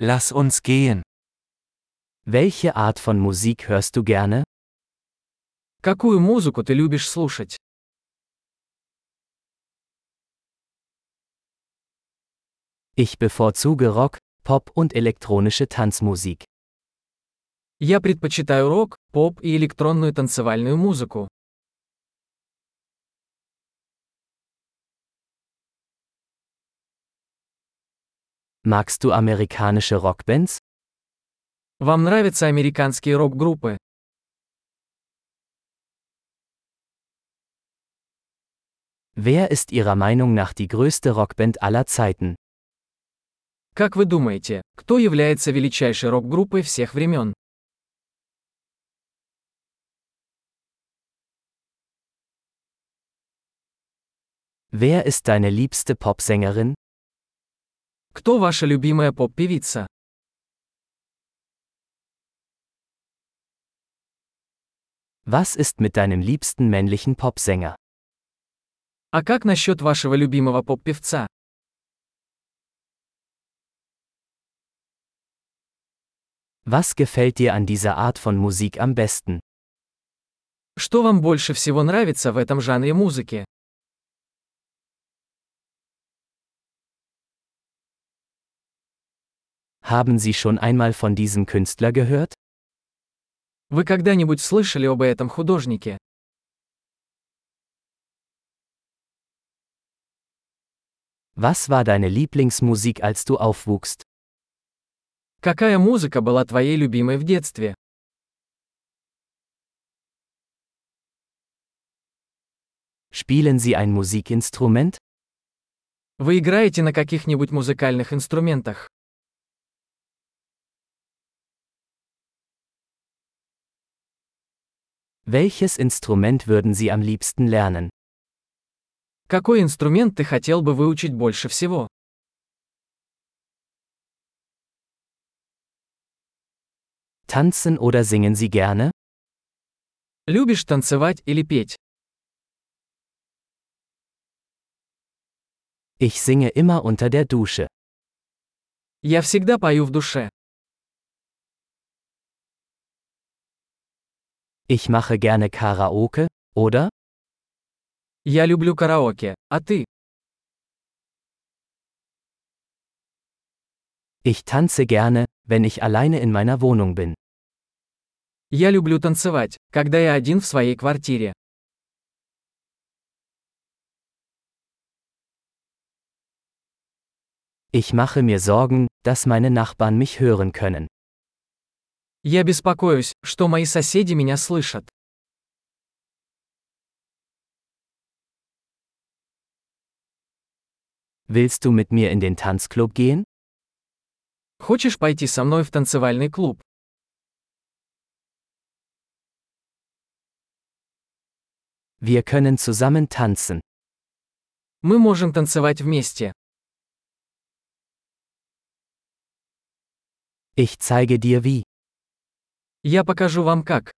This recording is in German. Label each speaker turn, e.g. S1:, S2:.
S1: Lass uns gehen.
S2: Welche Art von Musik hörst du gerne?
S3: Какую музыку ты любишь слушать?
S2: Ich bevorzuge Rock, Pop und elektronische Tanzmusik.
S3: Я предпочитаю рок, поп и электронную танцевальную музыку.
S2: Magst du amerikanische Rockbands?
S3: Вам нравятся американские рок-группы?
S2: Wer ist Ihrer Meinung nach die größte Rockband aller Zeiten?
S3: Как вы думаете, кто является величайшей рок-группой всех времен?
S2: Wer ist deine liebste Popsängerin?
S3: Кто ваша любимая поп-певица?
S2: Was ist mit deinem liebsten männlichen Popsänger?
S3: А как насчет вашего любимого поп-певца?
S2: Was gefällt dir an dieser Art von Musik am besten?
S3: Что вам больше всего нравится в этом жанре музыки?
S2: Haben Sie schon einmal von diesem Künstler gehört?
S3: Вы когда-нибудь слышали об этом художнике?
S2: Was war deine Lieblingsmusik, als du aufwuchst?
S3: Какая музыка была твоей любимой в детстве?
S2: Spielen Sie ein Musikinstrument?
S3: Вы играете на каких-нибудь музыкальных инструментах?
S2: Welches Instrument würden Sie am liebsten lernen?
S3: Какой инструмент ты хотел бы выучить больше всего?
S2: Tanzen oder singen Sie gerne?
S3: Любишь танцевать или петь?
S2: Ich singe immer unter der Dusche.
S3: Я всегда пою в душе.
S2: Ich mache gerne Karaoke, oder?
S3: Я люблю караоке, а ты?
S2: Ich tanze gerne, wenn ich alleine in meiner Wohnung bin.
S3: Я люблю танцевать, когда я один в своей квартире.
S2: Ich mache mir Sorgen, dass meine Nachbarn mich hören können.
S3: Я беспокоюсь, что мои соседи меня слышат.
S2: Willst du mit mir in den Tanzclub gehen?
S3: Хочешь пойти со мной в танцевальный клуб?
S2: Wir können zusammen tanzen.
S3: Мы можем танцевать вместе.
S2: Ich zeige dir wie.
S3: Я покажу вам как.